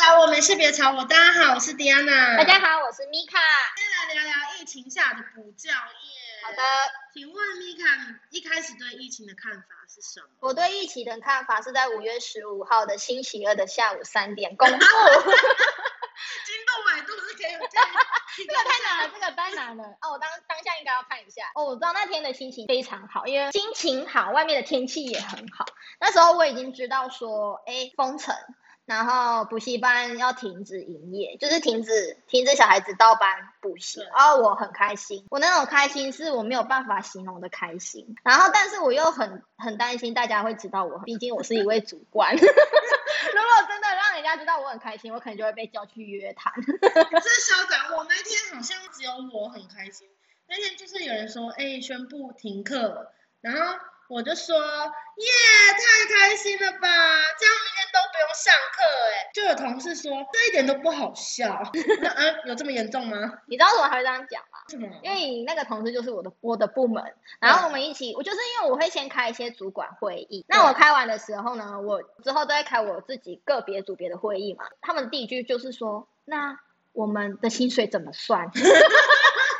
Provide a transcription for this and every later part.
好，我们是别吵我。大家好，我是 Diana。大家好，我是 Mika。来聊聊疫情下的补教业。好的，请问 Mika，你一开始对疫情的看法是什么？我对疫情的看法是在五月十五号的星期二的下午三点公布。经动百度是可以有这样这个太难了，这个太难了。 哦，我当当下应该要看一下。哦，我知道那天的心情非常好，因为心情好，外面的天气也很好。那时候我已经知道说，哎，封城，然后补习班要停止营业，就是停止停止小孩子到班补习。然后我很开心，我那种开心是我没有办法形容的开心。然后，但是我又很很担心大家会知道我，毕竟我是一位主 管。如果真的让人家知道我很开心，我可能就会被叫去约谈。这校长，我那天好像只有我很开心。那天就是有人说，哎、宣布停课，然后我就说，耶，太开心了吧，这样明天都不用上课，哎，就有同事说，这一点都不好笑。那啊，有这么严重吗？你知道为什么还会这样讲吗？为什么？因为你那个同事就是我的我的部门，然后我们一起，我就是因为我会先开一些主管会议，那我开完的时候呢，我之后都会开我自己个别组别的会议嘛。他们第一句就是说，那我们的薪水怎么算？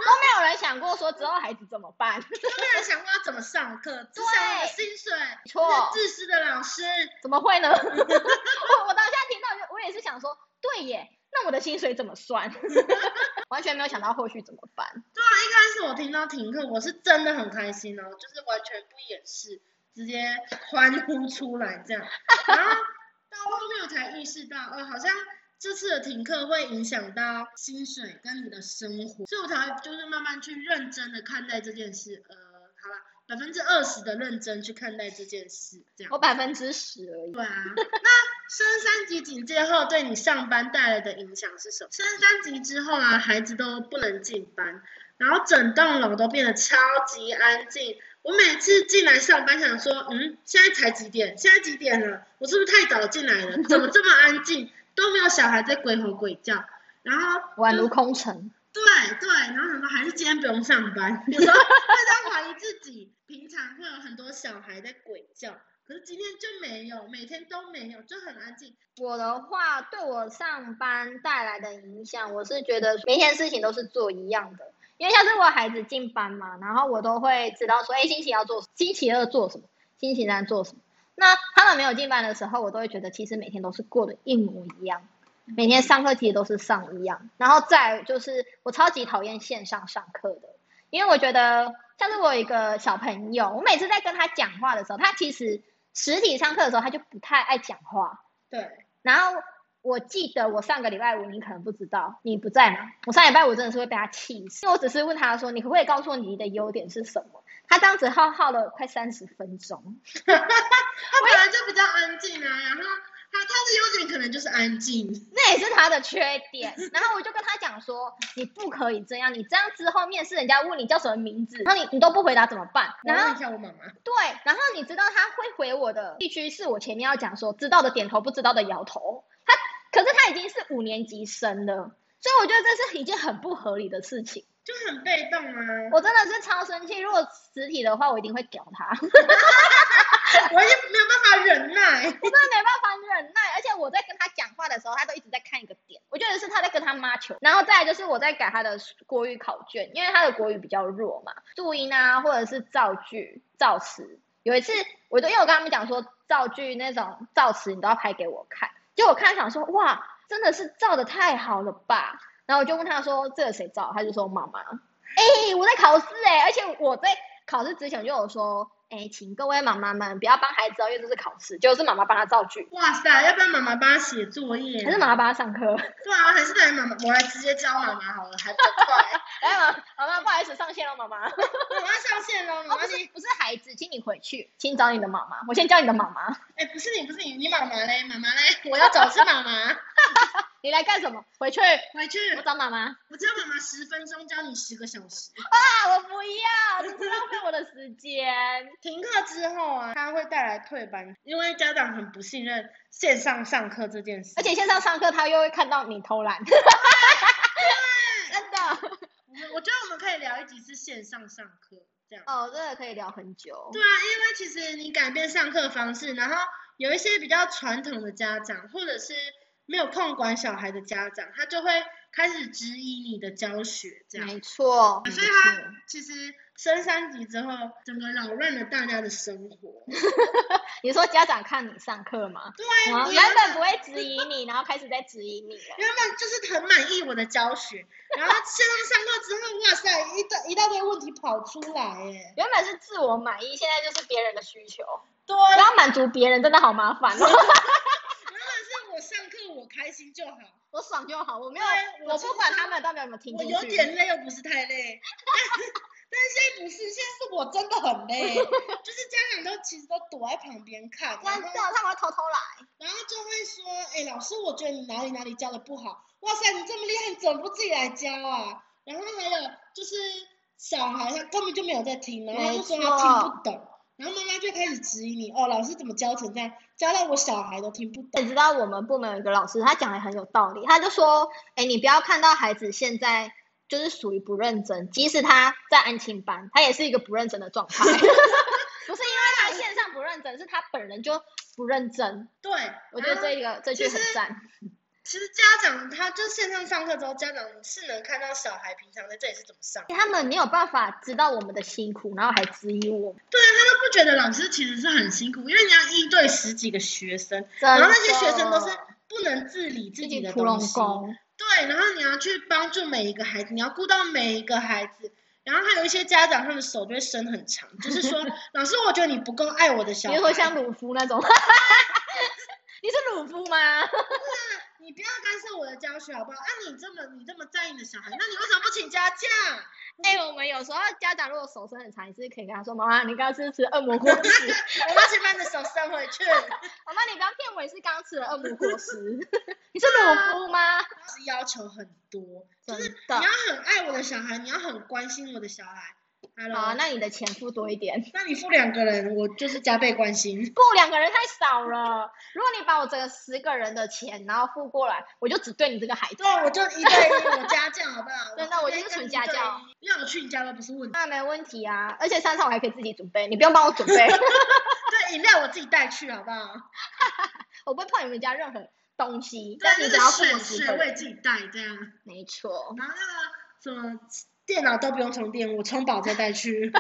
都没有人想过说之后孩子怎么办， 都没有人想过要怎么上课，只想我的薪水。错这些自私的老师，怎么会呢？我 我当下听到就我也是想说，对耶，那我的薪水怎么算？ 完全没有想到后续怎么办。但是我听到停课，我是真的很开心哦，就是完全不掩饰，直接欢呼出来这样。然后到后面我才意识到，呃，好像这次的停课会影响到薪水跟你的生活，所以我才会就是慢慢去认真的看待这件事。呃，好了，百分之二十的认真去看待这件事，这样我。百分之十而已。对啊，那升三级警戒后对你上班带来的影响是什么？升三级之后啊，孩子都不能进班，然后整栋楼都变得超级安静。我每次进来上班，想说，嗯，现在才几点？现在几点了？我是不是太早进来了？怎么这么安静？都没有小孩在鬼吼鬼叫。然后宛如空城。对对，然后想说还是今天不用上班， 有时候会在怀疑自己，平常会有很多小孩在鬼叫，可是今天就没有，每天都没有，就很安静。我的话，对我上班带来的影响，我是觉得每天事情都是做一样的。因为像是我孩子进班嘛，然后我都会知道说，哎，星期一要做，星期二做什么，星期三做什么。那他们没有进班的时候，我都会觉得其实每天都是过得一模一样，每天上课题都是上一样。然后再就是，我超级讨厌线上上课的，因为我觉得像是我有一个小朋友，我每次在跟他讲话的时候，他其实实体上课的时候他就不太爱讲话，对，然后我记得我上个礼拜五，你可能不知道，你不在嘛？我上礼拜五真的是会被他气死，因为我只是问他说，你可不可以告诉我你的优点是什么？他这样子耗耗了快三十分钟，他本来就比较安静啊，然后他他的优点可能就是安静。那也是他的缺点。 然后我就跟他讲说，你不可以这样，你这样之后面试人家问你叫什么名字，然后你你都不回答怎么办？我然问后一下我妈妈，对，然后你知道他会回我的必须是我前面要讲说知道的点头，不知道的摇头。他可是他已经是五年级生了，所以我觉得这是一件很不合理的事情。就很被动啊，我真的是超生气。如果实体的话，我一定会屌他， 我真的我也没有办法忍耐。没办法忍耐。而且我在跟他讲话的时候，他都一直在看一个点，我觉得是他在跟他妈求。然后再来就是我在改他的国语考卷，因为他的国语比较弱嘛，注音啊，或者是造句、造词。有一次，我就因为我跟他们讲说，造句那种造词你都要拍给我看，就我看想说，哇，真的是造的太好了吧？然后我就问他说，这个谁造？他就说妈妈。哎、我在考试哎、而且我在考试之前我就有说，哎、请各位妈妈们不要帮孩子哦，因为这是考试，结果是妈妈帮他造句，哇塞，要不然妈妈帮他写作业啊还？是妈妈帮他上 课？对啊，还是来妈妈，我来直接教妈妈好了，还比较 快。哎妈，妈妈不好意思上线了，妈妈。哦，我要上线喽，妈妈不你是不是孩子，请你回去，请找你的妈妈，我先叫你的妈妈。 哎、不是你，不是你，你妈妈嘞，妈妈嘞，我要找是妈妈， 你来干什么？回去，回去，我找妈妈。啊，我教妈妈十分钟，教你十个小时。我不要，这是浪费我的时间。停课之后啊，它会带来退班，因为家长很不信任线上上课这件事。 而且线上上课，他又会看到你偷懒。啊 真的，我们我觉得我们可以聊一集是线上上课这样。哦，真的可以聊很久。对啊，因为其实你改变上课方式，然后有一些比较传统的家长，或者是没有空管小孩的家长，他就会开始质疑你的教学，这样。没错，所以没他错其实升三级之后，整个扰乱了大家的生 活。你说家长看你上课吗？对然啊，后你哎原原本不会质疑你，然后开始在质疑你了。原本就是很满意我的教学，然后现在上课之后，哇塞，一大一大堆问题跑出来，耶。原本是自我满意，现在就是别人的需求，对然后满足别人真的好麻烦原哦。 本是我上课我开心就好，我爽就好，我没有，对我我就是不管他们到底有没有听我进去。有点累又不是太累，但是但是现在不是，现在是我真的很累，就是家长都其实都躲在旁边看，然真的，后他们会偷偷来。然后就会说，哎、老师，我觉得你哪里哪里教的不好，哇塞，你这么厉害，你怎么不自己来教啊？然后还有就是小孩他根本就没有在听，然后他就说他听不懂，然后妈妈就开始质疑你，哦，老师怎么教成这样，教到我小孩都听不懂。你知道我们部门有一个老师，他讲的很有道理，他就说，哎，你不要看到孩子现在就是属于不认真，即使他在安亲班，他也是一个不认真的状态。 不是因为他线上不认真，是他本人就不认真。对，我觉得然后这个这句其很实赞。其实家长他就线上上课之后，家长是能看到小孩平常在这里是怎么上，他们没有办法知道我们的辛苦，然后还质疑我们。啊他都不觉得老师其实是很辛苦，因为你要一对十几个学生，然然后那些学生都是不能自理自己自己的屠东龙西。功，对，然后你要去帮助每一个孩子，你要顾到每一个孩子。然后还有一些家长，他们手就会伸很长，就是 说，老师，我觉得你不够爱我的小比孩，如说像鲁夫那种。 你是鲁夫吗？你不要干涉我的教学，好不好？那、你这么你这么在意你的小孩，那你为什么不请家教？哎、我们有时候家长如果手伸很长，你是可以跟他说：“妈妈，你刚刚是不是吃恶魔果 实？我要先把你的手伸回 去，然妈妈，你刚刚骗我，你是刚刚吃了恶魔果 实？你是鲁夫吗后是要求很多，？”真你的要很爱我的小孩，你要很关心我的小孩。Hello，、好，那你的钱付多一点，那你付两个人，我就是加倍关心。付两个人太少了。如果你把我整个十个人的钱，然后付过来，我就只对你这个孩子。对，我就一对一，我家教好不 好？真的我就直接是跟纯你家对教一，要我去你家都不是问题。那没问题啊，而且三餐我还可以自己准备，你不用帮我 准备，对，饮料我自己带去好不 好？我不会碰你们家任何东西，对但，你那只要个付水我十水个我也人，自己带这样。没错。然后那个什么电脑都不用充电，我充饱再带去。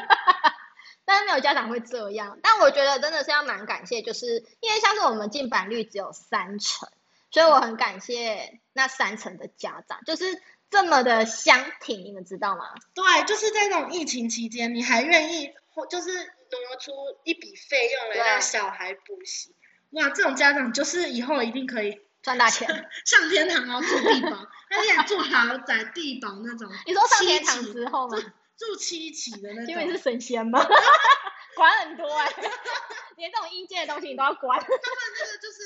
但是没有家长会这样，但我觉得真的是要蛮感谢，就是因为像是我们进版率只有三成，所以我很感谢那三成的家长，就是这么的相挺，你们知道吗？对，就是在那种疫情期间，你还愿意或就是挪出一笔费用来对让小孩补习，哇，这种家长就是以后一定可以 赚大钱，上天堂，然后住地堡，而且住豪宅、地堡那种， 你说上天堂七级之后吗？住七期的那因为你种是。神 仙吗？ 管很多哎、 连这种阴间的东西你都要管。那个就是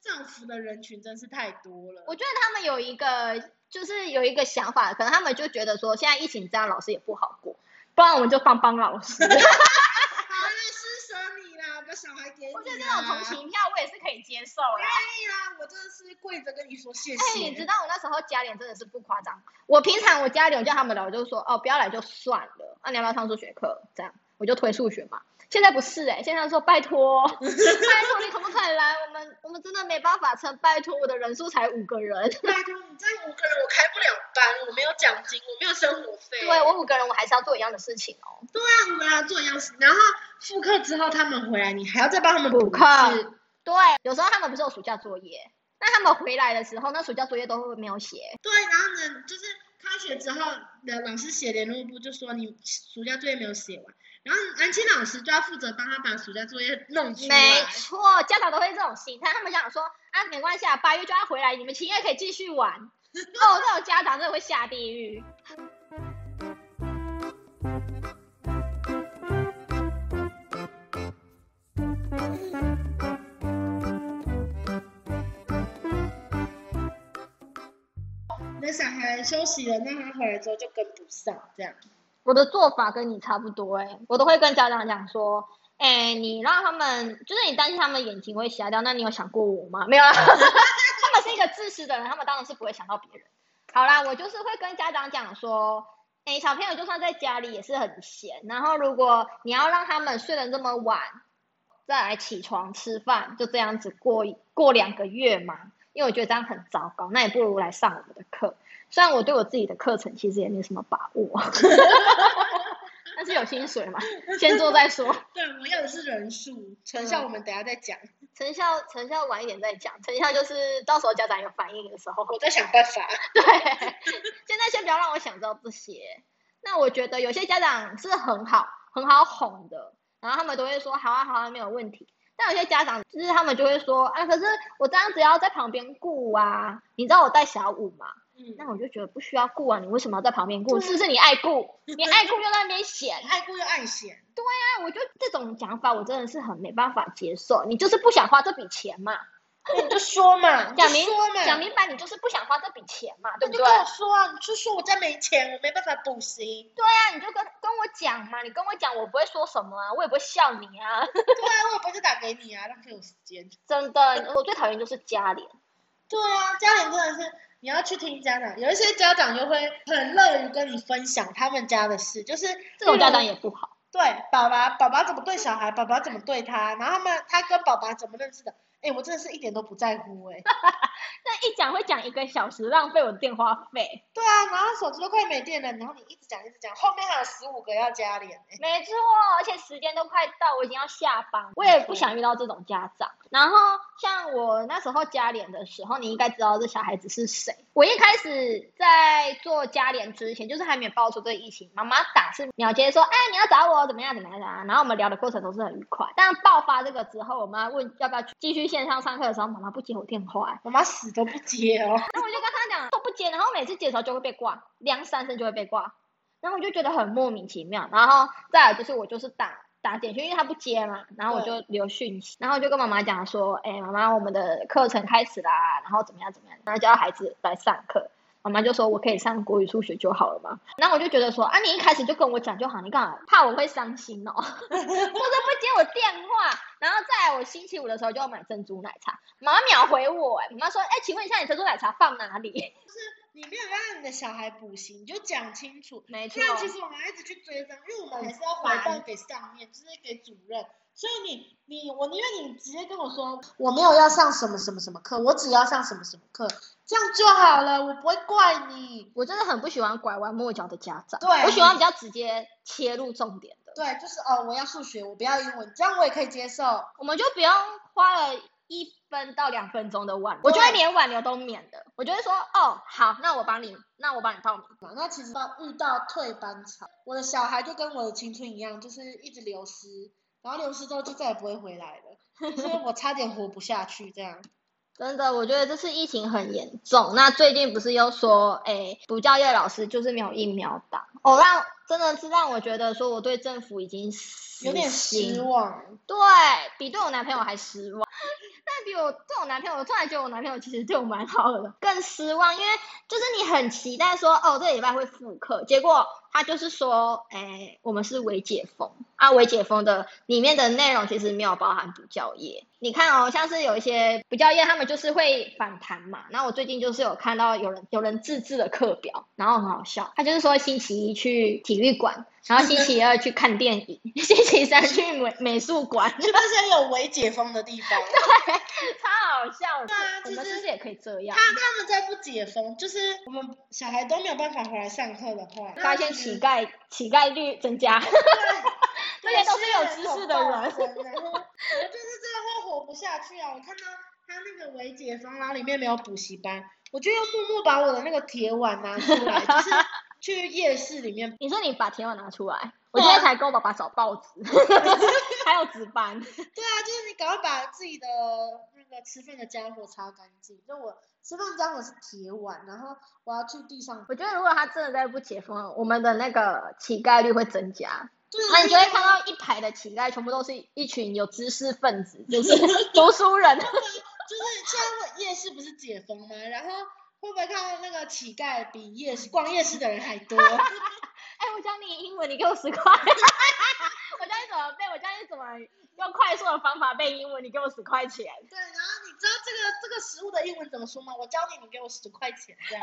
造福的人群真是太多了。我觉得他们有一个就是有一个想法，可能他们就觉得说，现在疫情这样，老师也不好过，不然我们就帮帮老师。啊好了，施舍你啦，把小孩给你啦。我觉得这种同情票我也是可以接受我啦愿。意啦，我真的是跪着跟你说谢哎、谢。你知道我那时候家里人真的是不夸张，我平常我家里人叫他们来，我就说哦不要来就算了，啊那、你要不要上数学课？这样我就推数学嘛。现在不是哎、现在说拜 托，拜托你可不可以来？我们我们真的没办法撑，拜托我的人数才五个人，拜托你这五个人我开不了班，我没有奖金，我没有生活费。对我五个人我还是要做一样的事情哦。对啊，我们要做一样事。然后复课之后他们回来，你还要再帮他们补一课次。对，有时候他们不是有暑假作业，那他们回来的时候，那暑假作业都会没有写。对，然后呢，就是开学之后，的老师写联络簿就说你暑假作业没有写完，然后安琪老师就要负责帮他把暑假作业弄出来。没错，家长都会这种心态，他们想说啊，没关系啊，八月就要回来，你们七月可以继续玩。哦，这种家长真的会下地狱。那小孩休息了，那他回来之后就跟不上，这样。我的做法跟你差不多哎、我都会跟家长讲说，哎、你让他们，就是你担心他们眼睛会瞎掉，那你有想过我吗？没有啦，啊 他们是一个自私的人，他们当然是不会想到别人。好啦，我就是会跟家长讲说，哎、小朋友就算在家里也是很闲，然后如果你要让他们睡得这么晚，再来起床吃饭，就这样子过一过两个月嘛。因为我觉得这样很糟糕，那也不如来上我们的课。虽然我对我自己的课程其实也没什么把握，但是有薪水 嘛，先做再说。对，啊我要的是人数，成效我们等一下再讲，成效成效晚一点再讲，成效就是到时候家长有反应的时候。 我在想办法。对，现在先不要让我想到这些。那我觉得有些家长是很好很好哄的，然后他们都会说好啊好啊没有问题。但有些家长就是他们就会说啊，可是我这样子要在旁边顾啊，你知道我带小五嘛？嗯，那我就觉得不需要顾啊，你为什么要在旁边顾？对啊是不是你爱顾？你爱顾就在那边闲。爱顾又爱闲，那我就这种讲法，我真的是很没办法接受。你就是不想花这笔钱嘛，那你就说嘛， 你就讲明说嘛，讲明白，你就是不想花这笔钱嘛，对那不你对？就跟我说啊，你就说我家没钱，我没办法补习。对啊，你就跟跟我讲嘛，你跟我讲，我不会说什么啊，我也不会笑你 啊。对啊，我也不会再打给你啊，浪费我时间。真的，我最讨厌就是家里，对啊，家长真的是你要去听家长，有一些家长就会很乐于跟你分享他们家的事，就是这种家长例如也不好。对爸爸，爸爸怎么对小孩，爸爸怎么对他，然后他们他跟爸爸怎么认识的，哎，我真的是一点都不在乎哎、 那一讲会讲一个小时，浪费我的电话费。对啊，然后手机都快没电了，然后你一直讲一直讲，后面还有十五个要加脸哎、没错，而且时间都快到，我已经要下班，我也不想遇到这种家长。然后像我那时候加脸的时候，你应该知道这小孩子是谁。我一开始在做加脸之前，就是还没有爆出这个疫情，妈妈打是秒接说，哎，你要找我怎么样怎么样怎么样。然后我们聊的过程都是很愉快，但爆发这个之后，我妈问要不要继续线上上课的时候，妈妈不接我电话、哎妈妈死都不接哦。 然后我就跟他讲都不接，然后每次接的时候就会被挂，两三声就会被挂，然后我就觉得很莫名其妙。然后再来就是我就是打打简讯，因为他不接嘛，然后我就留讯息，然后我就跟妈妈讲说，哎、妈妈，我们的课程开始啦，然后怎么样怎么样，然后叫孩子来上课。妈妈就说：“我可以上国语、数学就好了嘛。”然后我就觉得说：“啊，你一开始就跟我讲就好，你干嘛怕我会伤心哦？”我说不接我电话，然后再来我星期五的时候就要买珍珠奶茶，妈妈秒回我、哎，妈妈说：“哎、请问一下，你珍珠奶茶放哪里？” 你没有让你的小孩补习，你就讲清楚。没虽然其实我们要一直去追踪，因为我们还是要回报给上面，就是给主任。所以你你我宁愿你直接跟我说，我没有要上什么什么什么课，我只要上什么什么课，这样就好了，我不会怪你。我真的很不喜欢拐弯抹角的家长，对我喜欢比较直接切入重点的。对，就是哦，我要数学，我不要英文，这样我也可以接受。我们就不用花了一分到两分钟的挽留，我就会连挽留都免的。我就会说，哦，好，那我帮你，那我帮你报名。那其实到遇到退班潮，我的小孩就跟我的青春一样，就是一直流失，然后流失之后就再也不会回来了， 就是我差点活不下去这样。真的，我觉得这次疫情很严重。那最近不是又说，哎，补教业老师就是没有疫苗打，哦，让真的是让我觉得说我对政府已经有点死心失望。对比对我男朋友还失望， 但比我对我男朋友，我突然觉得我男朋友其实对我蛮好的，更失望，因为就是你很期待说，哦，这礼拜会复课，结果他就是说，哎，我们是微解封啊，微解封的里面的内容其实没有包含补教业。你看哦，像是有一些补教业，他们就是会反弹嘛。那我最近就是有看到有人有人自制的课表，然后很好笑，他就是说星期一去体育馆，然后星期二去看电影，星期三去美 美术馆， 就那些有未解封的地方，啊超好笑的。对啊我其们实是不是也可以这样他？他们再不解封，就是我们小孩都没有办法回来上课的话，发现乞丐乞丐率增加，那这也些都是有知识的人然后我就是真的会活不下去啊！我看到他那个微解封，然后里面没有补习班，我就又默默把我的那个铁碗拿出来， 就是去夜市里面。你说你把铁碗拿出来，我对啊今天才跟我爸爸找报纸， 还有值班。对啊，就是你赶快把自己的那个吃饭的家伙擦干净。就我吃饭家伙是铁碗，然后我要去地上。我觉得如果他真的再不解封，我们的那个乞丐率会增加。对啊啊那你就会看到一排的乞丐，全部都是一群有知识分子，就是 读书人。哎就是现在会夜市不是解封吗？然后会不会看到那个乞丐比夜市逛夜市的人还多？哎，我教你英文，你给我十块。 我教你怎么背，我教你怎么用快速的方法背英文，你给我十块钱。对，然后你知道这个这个食物的英文怎么说吗？我教你，你给我 十块钱这样。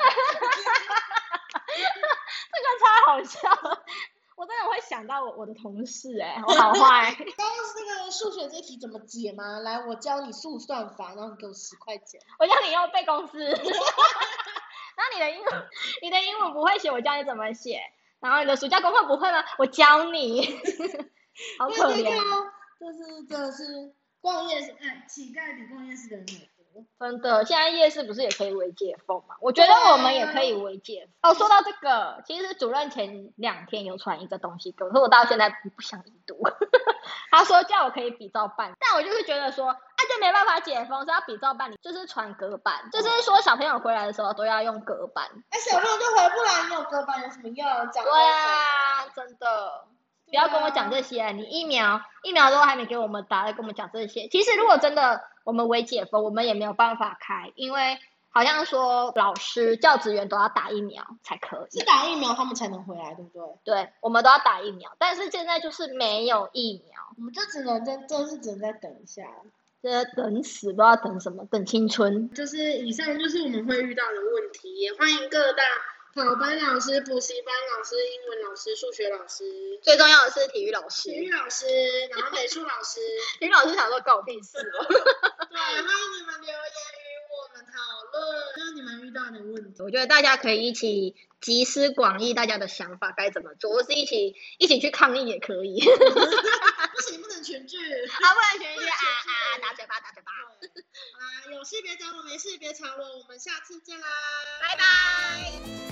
这个超好笑。 我真的会想到我我的同事、欸，哎，我好坏。刚刚是那个数学这题怎么解吗？来，我教你速算法，然后你给我十块钱。 我叫你用背公式，然后你的英文，你的英文不会写，我教你怎么写。然后你的暑假功课不会吗？我教你， 好对可对对怜，啊，就是真的是逛夜市，哎，乞丐比逛夜市的人还多。真的。现在夜市不是也可以为解封嘛？我觉得我们也可以为解啊封。哦，说到这个，其实主任前两天有传一个东西给我，可是我到现在不想已读。 他说叫我可以比照办，但我就是觉得说，那、就没办法解封，是要比照办，你就是传隔板，就是说小朋友回来的时候都要用隔板。哎，小朋友就回不来，你有隔板有什么用？讲对啊，真的，不要跟我讲这些，啊你疫苗疫苗都还没给我们打，来跟我们讲这些。其实如果真的我们未解封，我们也没有办法开，因为好像说老师、教职员都要打疫苗才可是以。打疫苗他们才能回来，对不对？对，我们都要打疫苗，但是现在就是没有疫苗，我们就只能真真的是只能再等一下。这等死不知道等什么，等青春。就是以上就是我们会遇到的问题，也欢迎各大跑班老师、补习班老师、英文老师、数学老师、最重要的是体育老师，体育老师，然后美术老师，体育老师想说关我屁事哦。对，欢迎你们留言与我们讨论，就是你们遇到的问题。 我觉得大家可以一起集思广益大家的想法该怎么做，或是一起一起去抗议也可以。不行，不能全聚。啊，不然全是啊啊啊打嘴巴打嘴巴，对啊，有事别找我，没事别吵我，我们下次见啦，拜拜。